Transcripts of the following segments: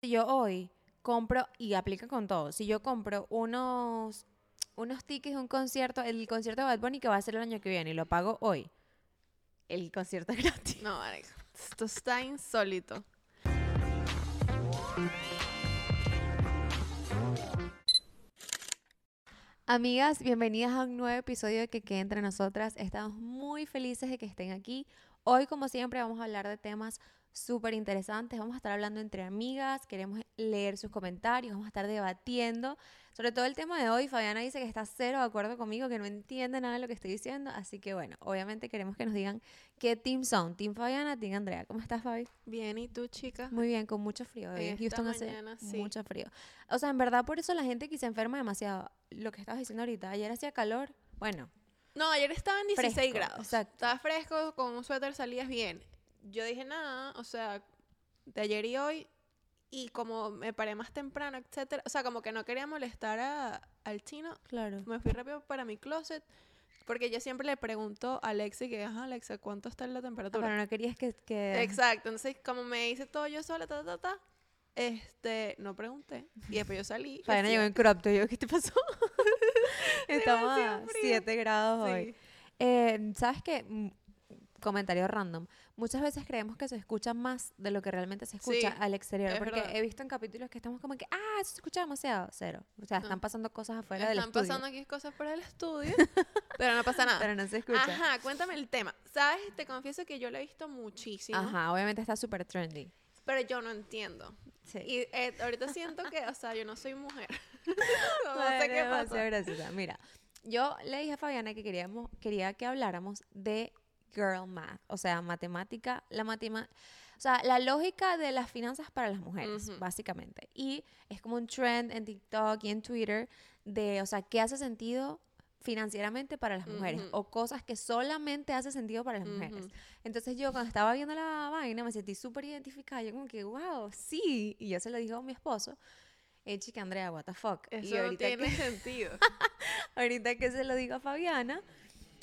Si yo hoy compro, y aplica con todo, si yo compro unos, unos tickets de un concierto, el concierto de Bad Bunny que va a ser el año que viene, y lo pago hoy, el concierto es gratis. No, marico, esto está insólito. Amigas, bienvenidas a un nuevo episodio de Que Quede Entre Nosotras. Estamos muy felices de que estén aquí. Hoy, como siempre, vamos a hablar de temas súper interesantes. Vamos a estar hablando entre amigas, queremos leer sus comentarios, vamos a estar debatiendo. Sobre todo el tema de hoy, Fabiana dice que está cero de acuerdo conmigo, que no entiende nada de lo que estoy diciendo. Así que, bueno, obviamente queremos que nos digan qué team son. Team Fabiana, Team Andrea. ¿Cómo estás, Fabi? Bien, ¿y tú, chica? Muy bien, con mucho frío. hoy en Esta Houston hace mañana, sí. mucho frío. O sea, en verdad, por eso la gente que se enferma demasiado. Lo que estabas diciendo ahorita, ayer hacía calor. Bueno, No, ayer estaba en 16 Fresco, grados. exacto. Estaba fresco, con un suéter salías bien. Yo dije nada, o sea, de ayer y hoy, y como me paré más temprano, etcétera, o sea, como que no quería molestar a- al chino, claro. me fui rápido para mi closet, porque yo siempre le pregunto a Alexi que, ajá, Alexa, ¿cuánto está la temperatura? Pero no querías que. que... Exacto, entonces como me hice todo yo sola, ta, ta, ta, este, no pregunté. Y después yo salí. Fabiana llegó en crop top. Yo, ¿qué te pasó? Estamos a Demasiado frío. 7 grados Sí. hoy. Eh, ¿Sabes qué? Mm, Comentario random. Muchas veces creemos que se escucha más de lo que realmente se escucha Sí, al exterior. es Porque verdad. he visto en capítulos que estamos como que, ah, eso se escucha demasiado. Cero. O sea, No. están pasando cosas afuera del Están estudio. pasando aquí cosas por el estudio, pero no pasa nada. Pero no se escucha. Ajá, Ajá, cuéntame el tema. Sabes, te confieso que yo lo he visto muchísimo, obviamente está súper trendy. pero yo no entiendo. Sí. Y eh, ahorita siento que, o sea, yo no soy mujer. no sé qué demasiado pasa. graciosa. Mira, yo le dije a Fabiana que queríamos, quería que habláramos de girl math, o sea, matemática, la matema, o sea, la lógica de las finanzas para las mujeres, Ujú. básicamente. Y es como un trend en TikTok y en Twitter de, o sea, qué hace sentido financieramente para las mujeres Ujú. o cosas que solamente hace sentido para las mujeres. Ujú. Entonces yo cuando estaba viendo la vaina me sentí súper identificada, yo como que, wow, sí, y yo se lo dije a mi esposo, eh, chica Andrea, what the fuck. y Eso no ahorita que, tiene sentido. ahorita que se lo digo a Fabiana,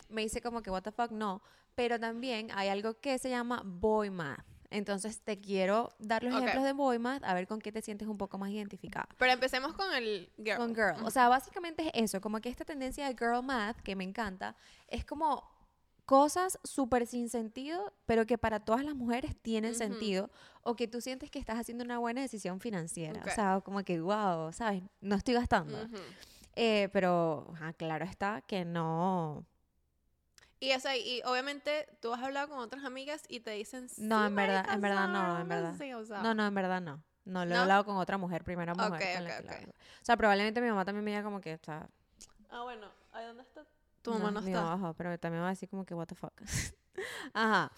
me dice como que what the fuck, no, pero también hay algo que se llama boy math. Entonces te quiero dar los Ok. ejemplos de boy math, a ver con qué te sientes un poco más identificada. Pero empecemos con el girl. Con girl. O sea, básicamente es eso, como que esta tendencia de girl math, que me encanta, es como cosas súper sin sentido, pero que para todas las mujeres tienen Ujú. sentido, o que tú sientes que estás haciendo una buena decisión financiera. Ok. O sea, como que, wow, ¿sabes? No estoy gastando. Ujú. Eh, pero, ajá, claro está que no. Y, o sea, y obviamente tú has hablado con otras amigas y te dicen "Sí, No, en verdad- marica, en o verdad sea, no, en una verdad. sí, o sea". No, no, en verdad no. No, lo he ¿No? hablado con otra mujer, primera mujer. Ok, con la ok, que lo ok. hablo. O sea, probablemente mi mamá también me diga como que está. Ah, bueno, ¿a dónde está? Tu mamá no, mi está. mamá bajó, pero también me va a decir como que, what the fuck. Ajá.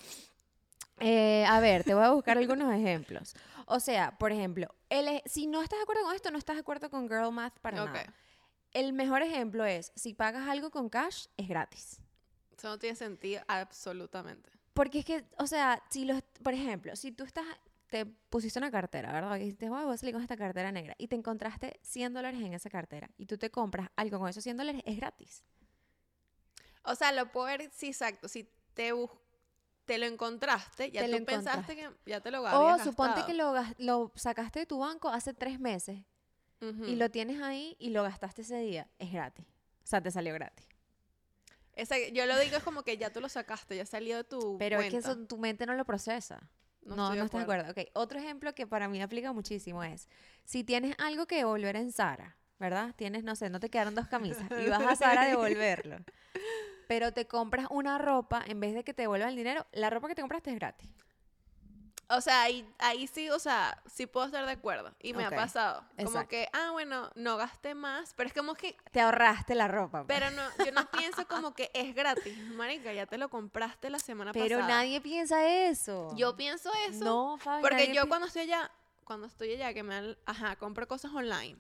Eh, a ver, te voy a buscar algunos ejemplos. O sea, por ejemplo, el e- si no estás de acuerdo con esto, no estás de acuerdo con Girl Math para Ok, nada. El mejor ejemplo es, si pagas algo con cash, es gratis. eso no tiene sentido absolutamente. Porque es que, o sea, si los, por ejemplo, si tú estás, te pusiste una cartera, ¿verdad? Y dijiste, "Ay, voy a salir con esta cartera negra y te encontraste 100 dólares en esa cartera y tú te compras algo con esos 100 dólares, es gratis. O sea, lo puedo ver, sí, exacto, si te bus- te lo encontraste, ya Te tú lo pensaste que ya te lo O habías suponte gastado. que lo, gas- lo sacaste de tu banco hace tres meses Ujú. y lo tienes ahí y lo gastaste ese día, es gratis. O sea, te salió gratis. Esa- yo lo digo es como que ya tú lo sacaste, ya salió de tu Pero cuenta. es que eso tu mente no lo procesa. No, no, estoy estás de acuerdo. Ok, otro ejemplo que para mí aplica muchísimo es, si tienes algo que devolver en Sara, ¿verdad? Tienes, no sé, no te quedaron dos camisas y vas a Sara a devolverlo, pero te compras una ropa, en vez de que te devuelvan el dinero, la ropa que te compraste es gratis. O sea, ahí, ahí sí, o sea, sí puedo estar de acuerdo. Y me Ok, ha pasado. Como exacto. que, ah, bueno, no gasté más, pero es como que, Te ahorraste la ropa. pues. pero no, yo no pienso como que es gratis. Marica, ya te lo compraste la semana Pero pasada. nadie piensa eso. Yo pienso eso. No, Fabi, Porque nadie yo pi- cuando estoy allá, cuando estoy allá, que me dan- ajá, compro cosas online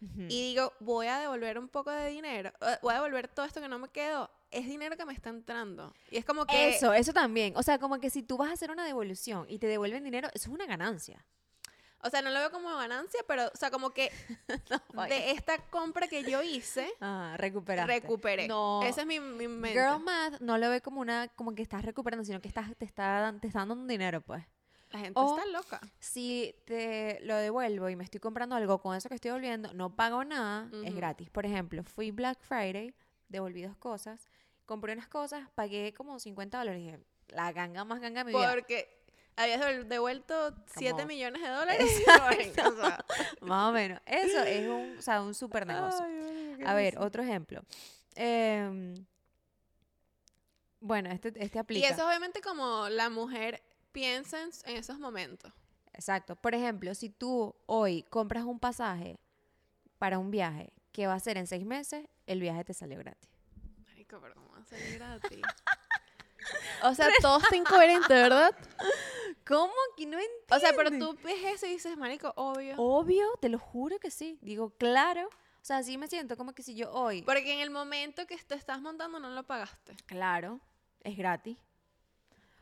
Ujú. y digo, voy a devolver un poco de dinero, eh, voy a devolver todo esto que no me quedó, es dinero que me está entrando. Y es como que... Eso, eso también. O sea, como que si tú vas a hacer una devolución y te devuelven dinero, eso es una ganancia. O sea, no lo veo como ganancia, pero, o sea, como que Fabi. de esta compra que yo hice, Ah, recuperaste. recuperé. No. Esa es mi, mi mente. Girl math no lo ve como una como que estás recuperando, sino que estás te está dan- te está dando un dinero, pues. La gente O- está loca. Si te lo devuelvo y me estoy comprando algo con eso que estoy devolviendo, no pago nada, es Ujú. gratis. Por ejemplo, fui Black Friday, devolví dos cosas, compré unas cosas, pagué como 50 dólares. Dije, la ganga más ganga de mi vida. Porque habías devol- devuelto 7 Como- millones de dólares. y no hay, o sea. Más o menos. Eso es un, o sea, un super negocio. Ay, bueno, qué A ver, risa. otro ejemplo. Em, bueno, este, este Y aplica. eso obviamente como la mujer piensa en, en esos momentos. Exacto. Por ejemplo, si tú hoy compras un pasaje para un viaje que va a ser en seis meses, el viaje te salió gratis. Marico, pero ¿cómo va a salir gratis? O sea, todo está incoherente, ¿verdad? ¿Cómo que no entiendo? O sea, pero tú ves eso y dices, marico, obvio. Obvio, te lo juro que sí. Digo, claro. O sea, así me siento como que si yo hoy... Porque en el momento que te estás montando no lo pagaste. Claro, es gratis.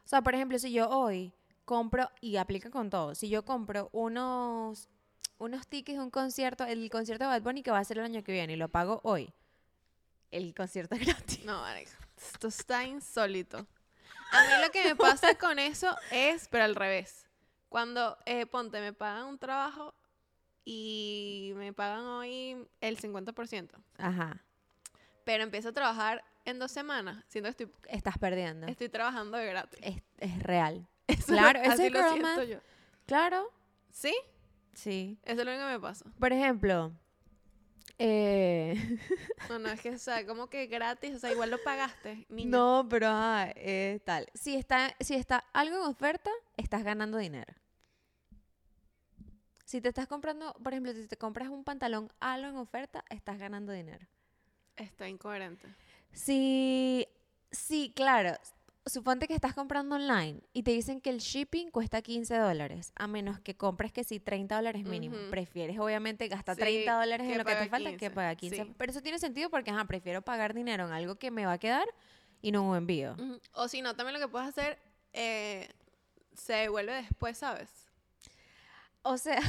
O sea, por ejemplo, si yo hoy compro, y aplica con todo, si yo compro unos, unos tickets de un concierto, el concierto de Bad Bunny que va a ser el año que viene, y lo pago hoy, el concierto es gratis. No, marico, esto está insólito. A mí lo que me pasa con eso es, pero al revés. Cuando, eh, ponte, me pagan un trabajo y me pagan hoy el 50%, Ajá, pero empiezo a trabajar en dos semanas, siento que estoy, estás perdiendo. estoy trabajando de gratis. Es, es real. Eso- claro, ese así es el lo problema. siento yo. Claro, ¿Sí? sí. Eso es lo único que me pasa. Por ejemplo, eh, No, no, es que, o sea, como que gratis, o sea, igual lo pagaste, niña. no, pero ajá, es tal. Si está, si está algo en oferta, estás ganando dinero. Si te estás comprando, por ejemplo, si te compras un pantalón algo en oferta, estás ganando dinero. Está incoherente. Sí, sí, claro. Suponte que estás comprando online y te dicen que el shipping cuesta 15 dólares, a menos que compres que sí, 30 dólares mínimo. Ujú. Prefieres, obviamente, gastar Sí, 30 dólares en que lo que te pagar falta que 15, pagar 15. sí. Pero eso tiene sentido porque, ajá, prefiero pagar dinero en algo que me va a quedar y no en un envío. Ujú. O si no, también lo que puedes hacer eh, se devuelve después, ¿sabes? O sea,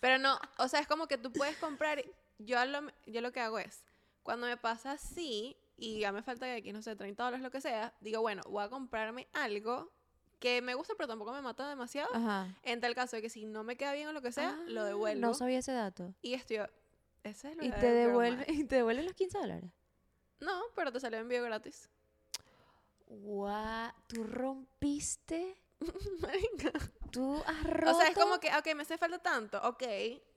Pero no, o sea, es como que tú puedes comprar. y- Yo lo, yo lo que hago es, cuando me pasa así y ya me falta de aquí, no sé, 30 dólares, lo que sea, digo, bueno, voy a comprarme algo que me gusta, pero tampoco me mata demasiado. ajá. En tal caso de que si no me queda bien o lo que sea, lo Ah, devuelvo. No sabía ese dato. Y estoy. Ese es el Y te, verdadero problema. devuelve, y te devuelven los 15 dólares. No, pero te salió envío gratis. Guau, tú rompiste, Marica. tú has roto. O sea, es como que, ok, me hace falta tanto, ok.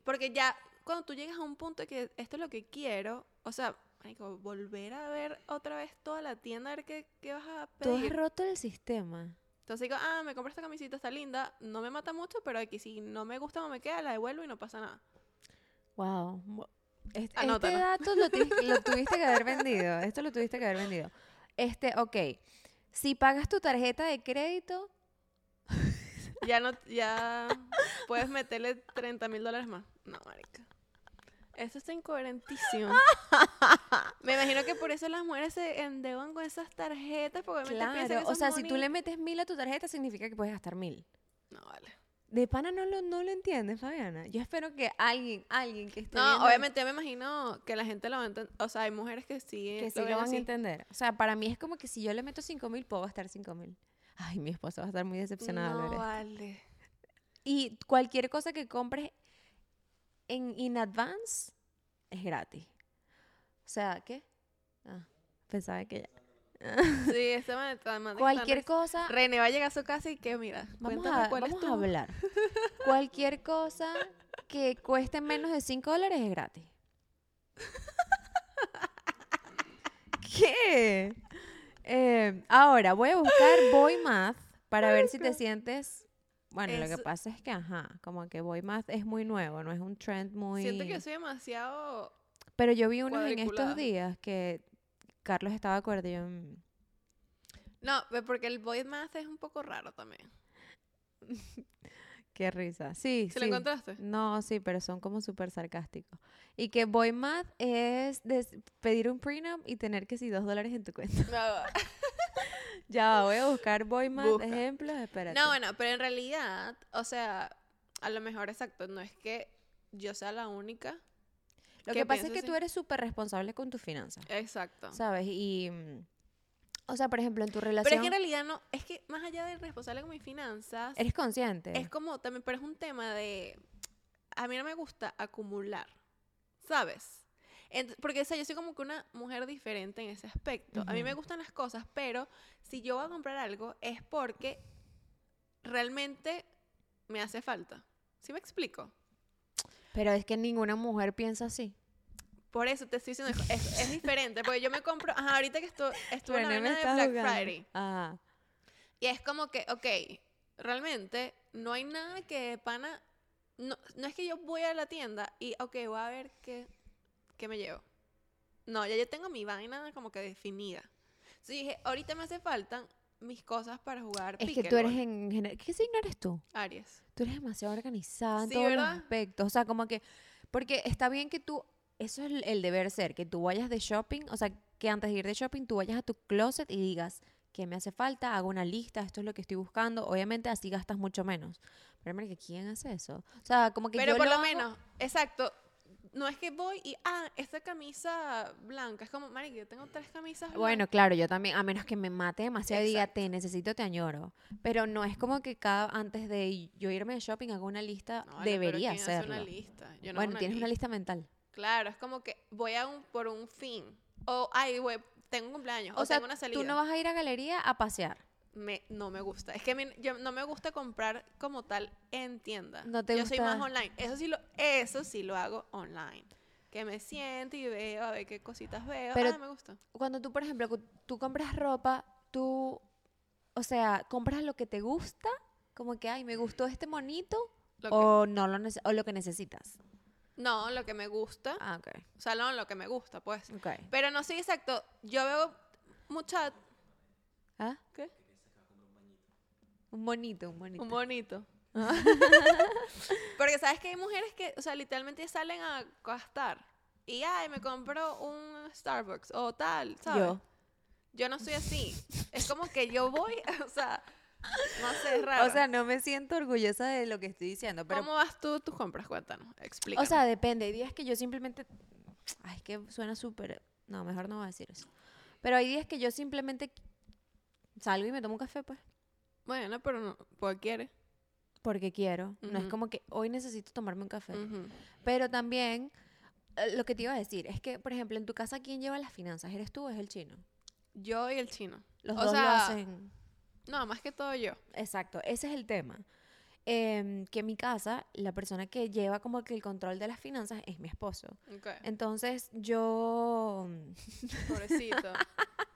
Porque ya, cuando tú llegas a un punto de que esto es lo que quiero, o sea, marico, volver a ver otra vez toda la tienda, a ver qué, qué vas a Tú has pedir. roto el sistema. Entonces digo, ah, me compré esta camisita, está linda, no me mata mucho, pero aquí si no me gusta o me queda, la devuelvo y no pasa nada. Wow. mo- Este, este Anótalo. dato lo, tienes- lo tuviste que haber vendido. Esto lo tuviste que haber vendido. Este, ok. Si pagas tu tarjeta de crédito, Ya no, ya puedes meterle 30 mil dólares más. No, marica. Eso está incoherentísimo. Me imagino que por eso las mujeres se endeudan con esas tarjetas, porque obviamente piensan que claro. eso O es sea, si tú boni- le metes mil a tu tarjeta, significa que puedes gastar mil. No, vale. De pana no lo, no lo entiendes, Fabiana. Yo espero que alguien, alguien que esté No, viendo- obviamente yo me imagino que la gente lo va a entender. O sea, hay mujeres que sí, que sí ven lo van así. a entender. O sea, para mí es como que si yo le meto 5 mil, puedo gastar 5 mil. Ay, mi esposo va a estar muy decepcionado. No, Lore. vale. Y cualquier cosa que compres en in advance es gratis. O sea, ¿qué? Ah, pensaba que ya. Sí, esta man- esta man- Cualquier esta- cosa. René va a llegar a su casa y que, mira, Vamos cuéntame a, cuál es vamos a tu- hablar. Cualquier cosa que cueste menos de 5 dólares es gratis. ¿Qué? Eh, ahora, voy a buscar Boy Math para ver si te sientes... Bueno, lo que Eso- pasa es que, ajá, como que Boy Math es muy nuevo, no es un trend muy... Siento que yo soy demasiado... Pero yo vi unos en cuadriculada. estos días que Carlos estaba de acuerdo y yo... mm, No, ve, porque el void math es un poco raro también. Qué risa. Sí, ¿Se sí. lo encontraste? No, sí, pero son como súper sarcásticos. Y que boy math es des- pedir un prenup y tener que si dos dólares en tu cuenta. No, ya, voy a buscar boy math, Busca. ejemplos, espérate. no, bueno, pero en realidad, o sea, a lo mejor exacto, no es que yo sea la única. Lo ¿qué que pasa es piensas, que sí? tú eres súper responsable con tus finanzas, Exacto. ¿sabes? Y mm, O sea, por ejemplo, en tu relación. Pero es que en realidad no, es que más allá de responsable con mis finanzas, eres consciente. es como también, pero es un tema de, a mí no me gusta acumular, ¿sabes? Ent- porque o sea, yo soy como que una mujer diferente en ese aspecto. A mí me Ujú. gustan las cosas, pero si yo voy a comprar algo es porque realmente me hace falta. ¿Sí me explico? Pero es que ninguna mujer piensa así. Por eso te estoy diciendo, es, es diferente, porque yo me compro, ajá, ahorita que estu- estuve en la Pero no me vaina de estás Black juzgando. Friday. Ajá. Y es como que, ok, realmente no hay nada que de pana. No, no es que yo voy a la tienda y, ok, voy a ver qué, qué me llevo. No, ya yo tengo mi vaina como que definida. Entonces dije, ahorita me hace faltan mis cosas para jugar. Es que tú eres pickleball. en general. ¿Qué signo eres tú? Aries. Tú eres demasiado organizada en Sí, todos ¿verdad? los aspectos. O sea, como que. Porque está bien que tú. Eso es el- el deber ser, que tú vayas de shopping. O sea, que antes de ir de shopping tú vayas a tu closet y digas. ¿Qué me hace falta? Hago una lista, esto es lo que estoy buscando. Obviamente así gastas mucho menos. Pero que ¿quién hace eso? O sea, como que Pero yo por lo hago- menos, exacto. No es que voy y, ah, esta camisa blanca. Es como, Mari, yo tengo tres camisas blancas. Bueno, claro, yo también, a menos que me mate demasiado y diga, Exacto. te necesito, te añoro. Pero no es como que cada, antes de yo irme de shopping hago una lista, No, vale, pero debería ¿quién hace hacerlo. Una lista? Yo no hago bueno, tienes una lista lista. mental. Claro, es como que voy a un, por un fin. O, ay, güey, tengo un cumpleaños. O, O, sea, tengo una salida. tú no vas a ir a galería a pasear. Me- no me gusta. Es que a mí yo, no me gusta comprar como tal en tienda. No te yo soy más gusta. online. Eso sí, lo, eso sí lo hago online. Que me siento y veo, a ver qué cositas veo. Pero- ah, me gusta. Cuando tú, por ejemplo, cu- tú compras ropa, tú, o sea, compras lo que te gusta, como que, ay, me gustó este monito, Lo que- o, no lo nece- o lo que necesitas. no, lo que me gusta. Ah, ok. O sea, no, lo que me gusta, pues. Ok. Pero no, sí, exacto. Yo veo mucha... ¿Ah? ¿Qué? Un monito, un monito. Un bonito. Porque sabes que hay mujeres que, o sea, literalmente salen a gastar. Y ay, me compro un Starbucks o tal, ¿sabes? Yo. Yo. no soy así. Es como que yo voy, o sea, no sé, es raro. O sea, no me siento orgullosa de lo que estoy diciendo, pero ¿cómo vas tú tus compras? Cuéntanos, explícame. O sea, depende. Hay días que yo simplemente. Ay, es que suena súper. No, mejor no voy a decir eso. Pero hay días que yo simplemente salgo y me tomo un café, pues. bueno, pero no, porque quiere. Porque quiero. No es Ujú. Mm. como que hoy necesito tomarme un café. Ujú. Pero también. eh, Lo que te iba a decir es que, por ejemplo, en tu casa, ¿quién lleva las finanzas? ¿Eres tú o es el chino? Yo y el chino. Los O dos lo sea- hacen. No, más que todo yo. Exacto, ese es el tema. Em, que en mi casa, la persona que lleva como que el control de las finanzas es mi esposo. Ok, Entonces, yo pobrecito.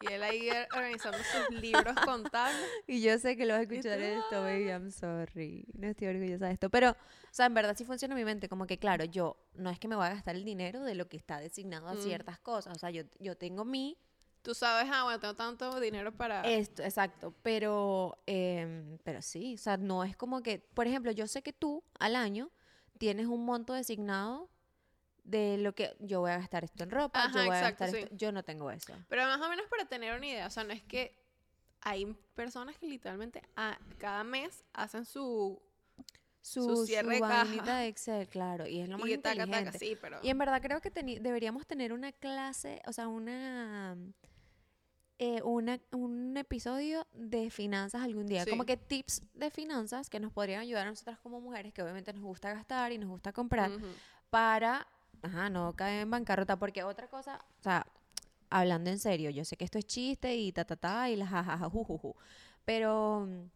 y él ahí eh, organizando sus libros contables. Y yo sé que lo vas a escuchar tú, esto, "Ay". baby, I'm sorry. No estoy orgullosa de esto. Pero, o sea, en verdad sí funciona en mi mente. Como que, claro, yo no es que me voy a gastar el dinero de lo que está designado a Mm. ciertas cosas. O sea, yo, yo tengo mi. Tú sabes, ah, bueno, tengo tanto dinero para... Esto, exacto. Pero, em, pero sí, o sea, no es como que. Por ejemplo, yo sé que tú al año tienes un monto designado de lo que yo voy a gastar esto en ropa, yo Ajá, voy a exacto, gastar sí. esto. Yo no tengo eso. Pero más o menos para tener una idea, o sea, no es que hay personas que literalmente a- cada mes hacen su... Su, Su cierre de caja. vainita de Excel, claro. Y es lo más y taca, inteligente. taca, sí, pero... Y en verdad creo que teni- deberíamos tener una clase, o sea, una, eh, una un episodio de finanzas algún día, como Sí. que tips de finanzas que nos podrían ayudar a nosotras como mujeres, que obviamente nos gusta gastar y nos gusta comprar, Ujú. para, ajá, no caer en bancarrota, porque otra cosa, o sea, hablando en serio, yo sé que esto es chiste y ta, ta, ta, y la jajaja, jujuju, pero mm,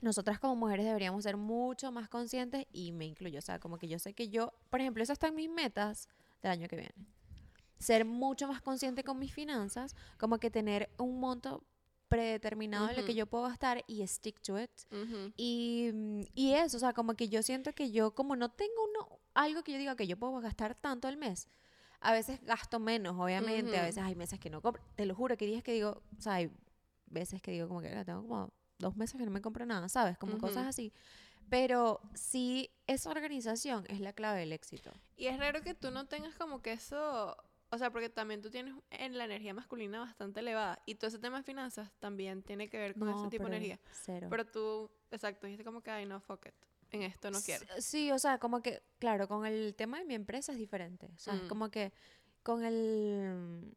nosotras como mujeres deberíamos ser mucho más conscientes y me incluyo, o sea, como que yo sé que yo, por ejemplo, esas están mis metas del año que viene. Ser mucho más consciente con mis finanzas, como que tener un monto predeterminado en el que Ujú. yo puedo gastar y stick to it. Ujú. Y, mm, y eso, o sea, como que yo siento que yo, como no tengo uno, algo que yo diga que yo puedo gastar tanto al mes, a veces gasto menos, obviamente, a Ujú. veces hay meses que no compro, te lo juro, que hay días que digo, o sea, hay veces que digo como que "Ah, tengo como dos meses que no me compro nada, ¿sabes? Como cosas Ujú. así. Pero sí, esa organización es la clave del éxito. Y es raro que tú no tengas como que eso... O sea, porque también tú tienes en la energía masculina bastante elevada. Y todo ese tema de finanzas también tiene que ver con ese tipo pero de energía. Cero. Pero tú, exacto, dijiste como que, ay, no, fuck it. En esto no quiero. S- Sí, o sea, como que, claro, con el tema de mi empresa es diferente. O sea, es Mm. como que con el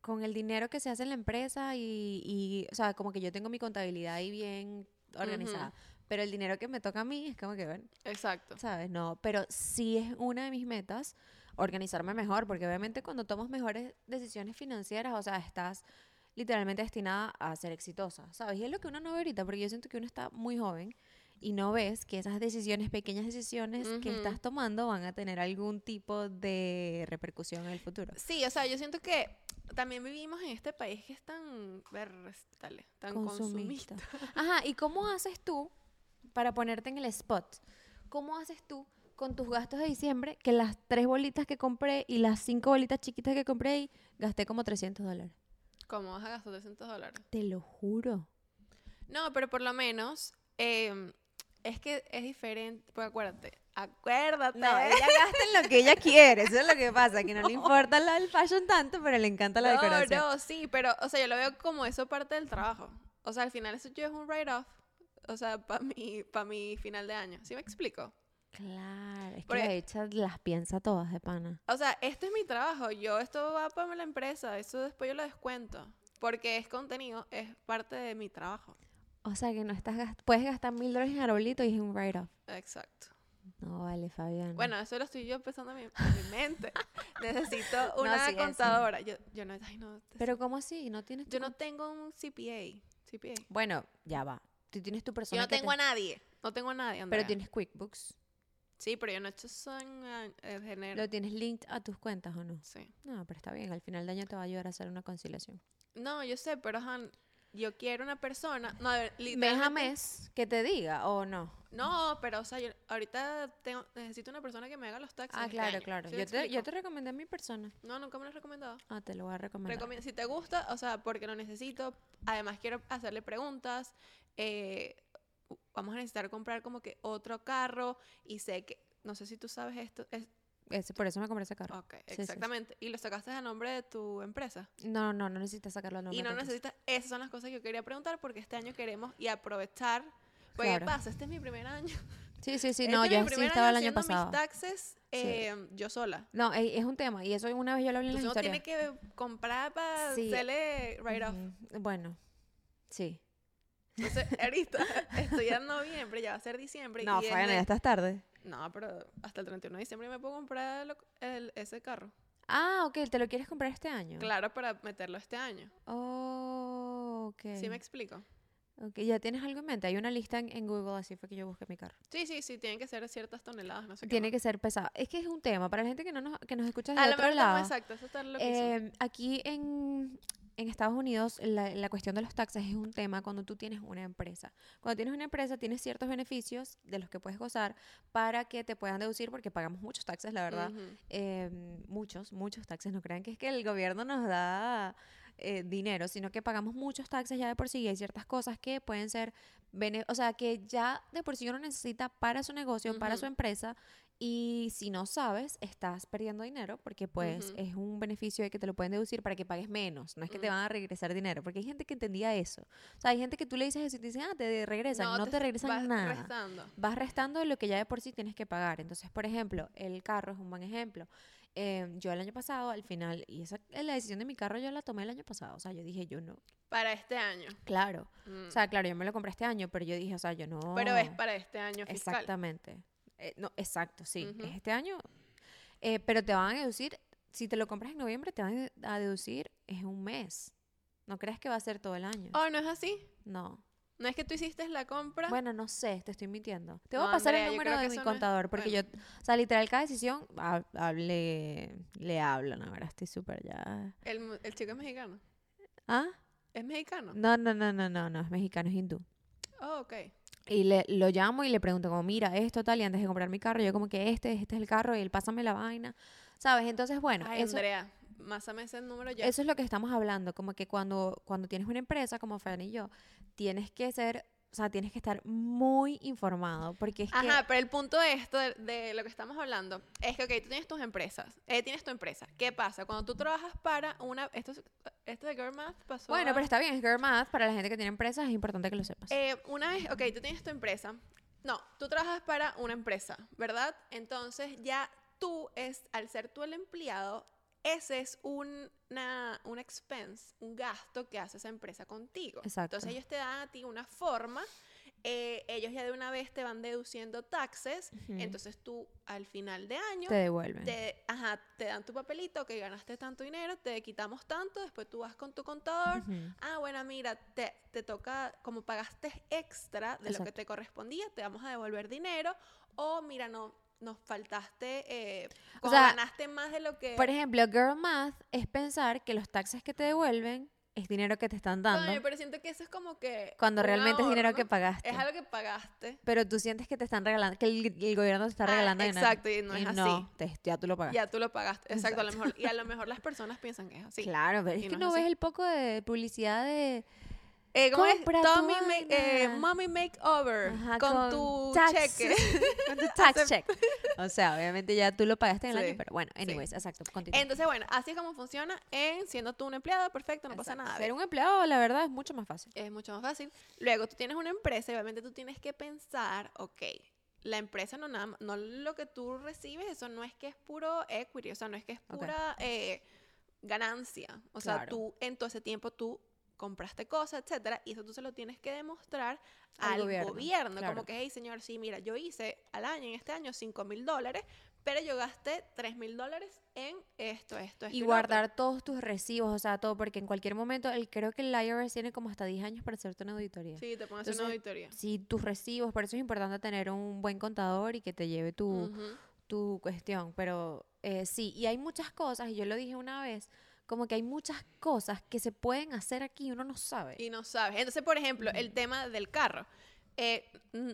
con el dinero que se hace en la empresa y, y, o sea, como que yo tengo mi contabilidad ahí bien organizada. Pero el dinero que me toca a mí es como que, bueno, Exacto. ¿sabes? No, pero sí es una de mis metas organizarme mejor, porque obviamente cuando tomas mejores decisiones financieras, o sea, estás literalmente destinada a ser exitosa, ¿sabes? Y es lo que uno no ve ahorita, porque yo siento que uno está muy joven y no ves que esas decisiones, pequeñas decisiones que Ujú. estás tomando van a tener algún tipo de repercusión en el futuro. Sí, o sea, yo siento que también vivimos en este país que es tan, ver, dale, tan consumista. consumista. Ajá, ¿y cómo haces tú para ponerte en el spot? ¿Cómo haces tú con tus gastos de diciembre que las tres bolitas que compré y las cinco bolitas chiquitas que compré y gasté como 300 dólares? ¿Cómo vas a gastar 300 dólares? Te lo juro. No, pero por lo menos eh, es que es diferente. Pues acuérdate, acuérdate. No, ella gasta en lo que ella quiere, eso es lo que pasa, que ¿Eh? no, le importa la- el fashion tanto, pero le encanta la no, decoración. no, sí, pero, o sea, yo lo veo como eso parte del trabajo. O sea, al final eso yo es un write-off. O sea, para mi, pa mi final de año. ¿Sí me explico? Claro, es que Porque- la hecha las piensa todas de pana. O sea, este es mi trabajo. Yo, esto va para la empresa. Eso después yo lo descuento. Porque es contenido, es parte de mi trabajo. O sea que no estás gast- puedes gastar mil dólares en arbolito y es un write-off. Exacto. No vale, Fabián. Bueno, eso lo estoy yo pensando en mi, en mi mente. Necesito una sí, eso. contadora. Yo, yo no, ay, no, Pero ¿cómo así? ¿No tienes tu Yo no tengo un CPA. CPA. Bueno, ya va. Tú tienes tu Yo persona. no que tengo te- a nadie. No tengo a nadie, Andrea. Pero tienes QuickBooks. Sí, pero yo no he hecho eso en, a- en enero. ¿Lo tienes linked a tus cuentas o no? Sí. No, pero está bien. Al final de año te va a ayudar a hacer una conciliación. No, yo sé, pero ajá, yo quiero una persona. No, a ver, Mes a literalmente- mes que te diga o no. No, pero o sea, yo ahorita tengo, necesito una persona que me haga los taxis. Ah, este claro, año. claro. ¿Sí me Yo te, yo explico? te recomendé a mi persona. No, nunca me lo has recomendado. Ah, te lo voy a recomendar. Recomi- si te gusta, o sea, porque lo necesito. Además, quiero hacerle preguntas. eh, vamos a necesitar comprar como que otro carro. Y sé que, no sé si tú sabes esto. es- Ese- por eso me compré ese carro. Ok, sí, sí. exactamente. Y lo sacaste a nombre de tu empresa. No, no, no necesitas sacarlo a nombre y no de tu- necesitas, esas son las cosas que yo quería preguntar porque este año queremos y aprovechar. Porque Claro. ¿qué pasa? Este es mi primer año. Sí, sí, sí. Este No, es yo mi sí primer estaba el año haciendo pasado. mis taxes eh, yo sola. No, e-, es, es un tema. Y eso una vez yo lo hablé en la Entonces uno historia. tiene que comprar para Sí. hacerle write-off. Mm, Bueno, sí. Entonces, ahorita estoy en noviembre, ya va a ser diciembre. No, y en Fabián, el- ya estás tarde. No, pero hasta el 31 de diciembre me puedo comprar lo- el- ese carro. Ah, ok. ¿Te lo quieres comprar este año? Claro, para meterlo este año. Oh, ok. ¿Sí me explico? Ok, ¿Ya tienes algo en mente? Hay una lista en, en Google, así fue que yo busqué mi carro. Sí, sí, sí, tienen que ser ciertas toneladas, no sé qué. Tiene más. que ser pesado. Es que es un tema, para la gente que, no nos, que nos escucha de A lo otro mejor lado. estamos exacto, eso está lo que eh, aquí en, en Estados Unidos, la, la cuestión de los taxes es un tema cuando tú tienes una empresa. Cuando tienes una empresa, tienes ciertos beneficios de los que puedes gozar para que te puedan deducir, porque pagamos muchos taxes, la verdad. eh, muchos, muchos taxes. No crean que es que el gobierno nos da eh, dinero, sino que pagamos muchos taxes ya de por sí. Y hay ciertas cosas que pueden ser, bene- o sea, que ya de por sí uno necesita para su negocio, para Ujú. su empresa. Y si no sabes, estás perdiendo dinero porque pues Ujú. es un beneficio de que te lo pueden deducir para que pagues menos. No es que te Ujú. van a regresar dinero, porque hay gente que entendía eso. O sea, hay gente que tú le dices eso y te dicen, ah, te regresan. No, te, regresan vas nada restando. vas restando de lo que ya de por sí tienes que pagar. Entonces, por ejemplo, el carro es un buen ejemplo. Eh, yo el año pasado, al final, y esa eh, la decisión de mi carro yo la tomé el año pasado. O sea, yo dije, yo no. Para este año. Claro. Mm. O sea, claro, yo me lo compré este año, pero yo dije, o sea, yo no. pero es para este año fiscal. Exactamente. Eh, no, exacto, sí. Ujú. Es este año. Eh, pero te van a deducir, si te lo compras en noviembre, te van a deducir, es un mes. No creas que va a ser todo el año. Oh, ¿no es así? No. ¿No es que tú hiciste la compra? Bueno, no sé, te estoy mintiendo. Te voy No, a pasar Andrea, el yo número creo de que mi eso no es- contador, porque bueno. yo, o sea, literal, cada decisión, hab- hable, le hablo, no, ahora estoy súper ya. El, mu- el chico es mexicano. ¿Ah? ¿Es mexicano? No, no, no, no, no, no, es mexicano, es hindú. Oh, ok. Y le, lo llamo y le pregunto como, mira, esto tal, y antes de comprar mi carro, yo como que este, este es el carro, y él pásame la vaina, ¿sabes? Entonces, bueno, Ay, eso, Andrea, másame ese número ya. Eso es lo que estamos hablando, como que cuando, cuando tienes una empresa, como Fran y yo, tienes que ser, o sea, tienes que estar muy informado, porque es que... Ajá, pero el punto de esto, de, de lo que estamos hablando, es que, ok, tú tienes tus empresas, eh, tienes tu empresa. ¿Qué pasa? Cuando tú trabajas para una... Esto, es- esto de Girl Math pasó Bueno, a- pero está bien, es girl math. Para la gente que tiene empresas es importante que lo sepas. Eh, una vez, ok, tú tienes tu empresa. No, tú trabajas para una empresa, ¿verdad? Entonces ya tú es, al ser tú el empleado, ese es un, una, un expense, un gasto que hace esa empresa contigo. Exacto. Entonces ellos te dan a ti una forma, eh, ellos ya de una vez te van deduciendo taxes, Ujú. entonces tú al final de año Te devuelven. te, ajá, te dan tu papelito que ganaste tanto dinero, te quitamos tanto, después tú vas con tu contador. Ujú. Ah, bueno, mira, te, te toca, como pagaste extra de lo que Exacto. te correspondía, te vamos a devolver dinero. O mira, no, nos faltaste, eh, como sea, ganaste más de lo que... Por ejemplo, Girl Math es pensar que los taxes que te devuelven es dinero que te están dando Coño, pero siento que eso es como que... cuando un realmente es dinero ahorro. que pagaste. Es algo que pagaste. Pero tú sientes que te están regalando, que el, el gobierno te está Ah, regalando dinero. exacto, y no Y es así. te- ya tú lo pagaste. Ya tú lo pagaste. Exacto, a lo mejor. Y a lo mejor las personas piensan que es así. Claro, pero es Y que no es no ves así. el poco de publicidad de... Eh, ¿Cómo es? Compra tu Tommy make- eh, vaina. mommy makeover Ajá, con, tu tax- cheque. con tu tax check. O sea, obviamente ya tú lo pagaste en el Sí, año, pero bueno, sí. anyways, exacto, continúa. Entonces, bueno, así es como funciona en siendo tú un empleado, perfecto, no pasa Exacto. nada. Ser un empleado, la verdad, es mucho más fácil. es mucho más fácil. Luego tú tienes una empresa y obviamente tú tienes que pensar, ok, la empresa no nada, no lo que tú recibes, eso no es que es puro equity, o sea, no es que es Ok. pura eh, ganancia. O sea, Claro. tú en todo ese tiempo tú compraste cosas, etcétera, y eso tú se lo tienes que demostrar Al al, gobierno, gobierno. claro. Como que, hey, señor, sí, mira, yo hice al año, en este año, 5 mil dólares, pero yo gasté 3 mil dólares en esto, esto, esto. Y lo otro". guardar todos tus recibos, o sea, todo, porque en cualquier momento, el, creo que el IRS tiene como hasta 10 años para hacerte una auditoría. Sí, te pones Entonces, una auditoría. Sí, tus recibos, por eso es importante tener un buen contador y que te lleve tu, Ujú. tu cuestión, pero eh, sí, y hay muchas cosas, y yo lo dije una vez, como que hay muchas cosas que se pueden hacer aquí y uno no sabe. Y no sabes. Entonces, por ejemplo, el tema del carro. Eh, mm,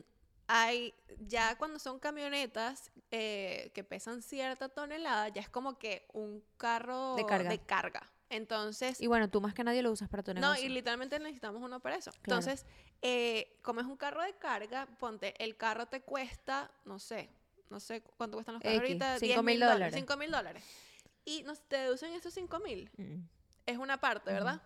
hay, ya cuando son camionetas eh, que pesan cierta tonelada, ya es como que un carro De carga. Entonces, Y, bueno, tú más que nadie lo usas para tu no, negocio. y literalmente necesitamos uno para eso. Claro. Entonces, eh, como es un carro de carga, ponte, el carro te cuesta, no sé, no sé cuánto cuestan los carros X, ahorita. cinco 10.000 mil dólares. 5 mil dólares. Y nos, te deducen estos 5 mil Mm. es una parte, Ujú. ¿verdad?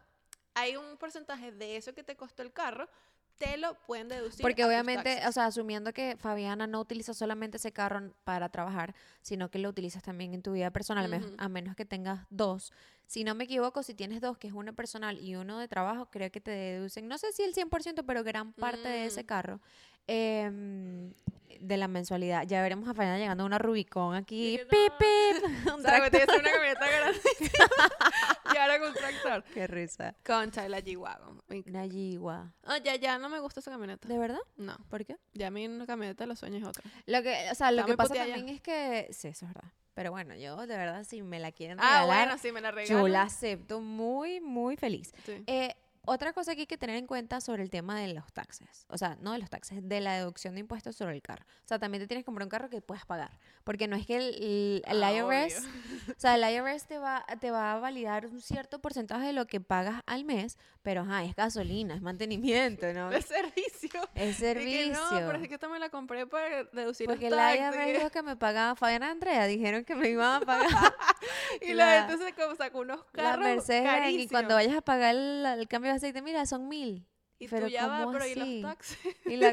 Hay un porcentaje de eso que te costó el carro, te lo pueden deducir. Porque a tus obviamente, taxes. o sea, asumiendo que Fabiana no utiliza solamente ese carro n- para trabajar, sino que lo utilizas también en tu vida personal, a me- Ujú. a menos que tengas dos. Si no me equivoco, si tienes dos, que es uno personal y uno de trabajo, creo que te deducen, no sé si el 100%, pero gran parte de ese Mm. carro. em, de la mensualidad. Ya veremos a Fabiana llegando a una Rubicón aquí. Sí, no. ¡Pip, pip! O Un sea, que te tractor. hice una camioneta grande y ahora con un tractor. ¡Qué risa! Concha, la G-Wagon. Me enc- Una yigua. Ah, ya, ya, no me gusta esa camioneta. ¿De verdad? No, ¿Por qué? ya a mí una camioneta de los sueños es otra. Lo que, o sea, lo Está que muy pasa puteada ya. también es que... Sí, eso es verdad. Pero bueno, yo de verdad, si me la quieren Ah, regalar, bueno, sí, me la regalan. yo la acepto muy, muy feliz. Sí. Eh, otra cosa que hay que tener en cuenta sobre el tema de los taxes, o sea, no de los taxes, de la deducción de impuestos sobre el carro. O sea, también te tienes que comprar un carro que puedas pagar, porque no es que el, el Ah, IRS, obvio. o sea, el IRS te va, te va a validar un cierto porcentaje de lo que pagas al mes, pero ajá, es gasolina, es mantenimiento, ¿no? De servicio. Es Y que servicio. no, pero es que esta me la compré para deducir Porque los la IRS taxes. dijo que me pagaba Fabiana Andrea, dijeron que me iban a pagar Y la, la- gente se como sacó unos la carros Mercedes Benz, y cuando carísimos. vayas a pagar el, el cambio de aceite, mira, son mil. Y pero tú ya va, ¿cómo pero ¿y así? los taxes? Y, la-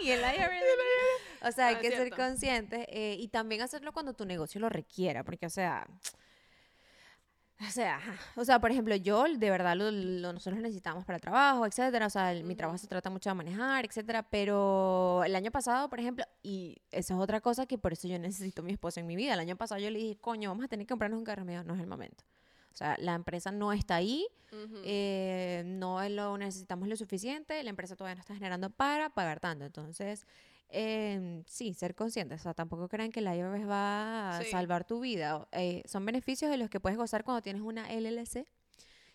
y el IRS. O sea, hay No, es que ser cierto. conscientes eh, y también hacerlo cuando tu negocio lo requiera, porque, o sea, o sea, ajá. o sea, por ejemplo, yo de verdad lo, lo- nosotros lo necesitamos para el trabajo, etcétera, o sea, el- mi Ujú. trabajo se trata mucho de manejar, etcétera, pero el año pasado, por ejemplo, y esa es otra cosa que por eso yo necesito a mi esposo en mi vida, el año pasado yo le dije, coño, vamos a tener que comprarnos un carro, Me dijo, no es el momento. O sea, la empresa no está ahí, Ujú. eh, no lo necesitamos lo suficiente, la empresa todavía no está generando para pagar tanto. Entonces, eh, sí, ser conscientes. O sea, tampoco crean que la IRS va a Sí. salvar tu vida. O- eh, son beneficios de los que puedes gozar cuando tienes una LLC.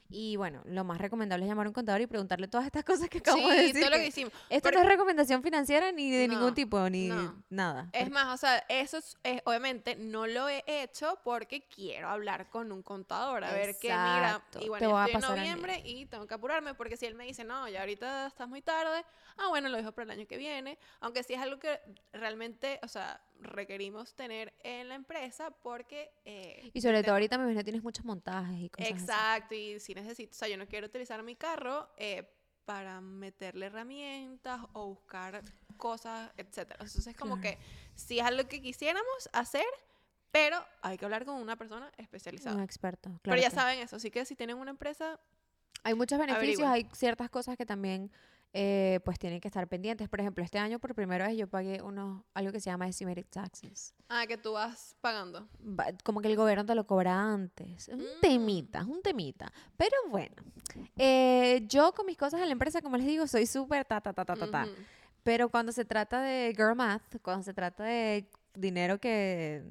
Y bueno, lo más recomendable es llamar a un contador y preguntarle todas estas cosas que acabo de Sí, decir. todo lo que que hicimos. Esto no porque- es recomendación financiera ni de ningún No, tipo, ni no. nada. Es más, o sea, eso es, es- obviamente no lo he hecho porque quiero hablar con un contador a ver qué mira. Exacto, Y te bueno, yo voy a estoy en pasar a mí. noviembre y tengo que apurarme porque si él me dice, no, ya ahorita estás muy tarde, ah, bueno, lo dejo para el año que viene. Aunque sí es algo que realmente, o sea, requerimos tener en la empresa porque... eh, y sobre el todo tema- ahorita me imagino tienes muchos montajes y cosas así. Exacto, y si necesito, o sea, yo no quiero utilizar mi carro eh, para meterle herramientas o buscar cosas, etcétera. Entonces, como Claro. que si es algo que quisiéramos hacer, Pero hay que hablar con una persona especializada. Un experto. Pero Ah, claro ya que- saben eso, así que si tienen una empresa, Hay muchos beneficios, hay Averigüen. ciertas cosas que también eh, pues tienen que estar pendientes. Por ejemplo, este año por primera vez yo pagué unos, algo que se llama estimated taxes. ah, que tú vas pagando. va- como que el gobierno te lo cobra antes. Es un Mm. temita, es un temita. Pero bueno, eh, yo con mis cosas en la empresa, como les digo, soy súper ta, ta, ta, ta, ta, ta. Ujú. Pero cuando se trata de girl math, cuando se trata de dinero que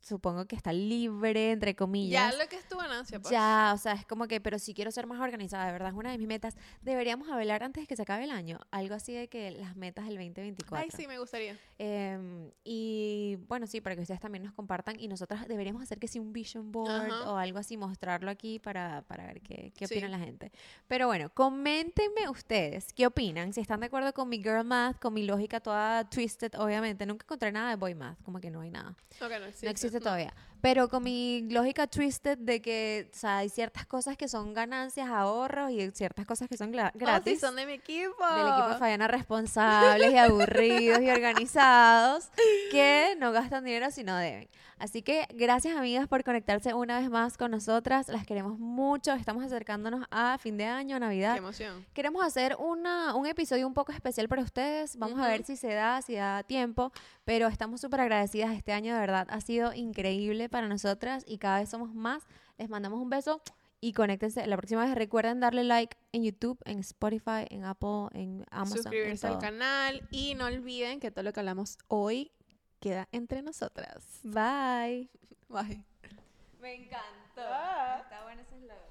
supongo que está libre, entre Ya comillas. lo que es tu ganancia, pues. Ya, o sea, es como que, pero si quiero ser más organizada, de verdad, es una de mis metas. Deberíamos hablar antes de que se acabe el año. Algo así de que las metas del 2024. Ay, sí, me gustaría. Em, y bueno, sí, para que ustedes también nos compartan y nosotras deberíamos hacer que sí un vision board Ajá. o algo así, mostrarlo aquí para, para ver qué, qué Sí. opina la gente. Pero bueno, coméntenme ustedes qué opinan, si están de acuerdo con mi girl math, con mi lógica toda twisted, obviamente. Nunca encontré nada de boy math, como que no hay nada. Ok, no existe. no existe no. todavía. Pero con mi lógica twisted de que, o sea, hay ciertas cosas que son ganancias, ahorros y ciertas cosas que son gla- Oh, sí, gratis son de oh. mi equipo. del equipo de Fabiana responsables y aburridos y organizados que no gastan dinero si no deben. Así que gracias amigas por conectarse una vez más con nosotras. Las queremos mucho. Estamos acercándonos a fin de año, Qué Navidad. emoción. Queremos hacer una, un episodio un poco especial para ustedes. Vamos a ver Ujú. si se da, si da tiempo. Pero estamos súper agradecidas. Este año de verdad ha sido increíble para nosotras y cada vez somos más. Les mandamos un beso y conéctense. La próxima vez recuerden darle like en YouTube, en Spotify, en Apple, en Amazon. en Suscribirse al todo. canal y no olviden que todo lo que hablamos hoy queda entre nosotras. Bye. Bye. Ah. Me encantó. Está bueno ese eslogan.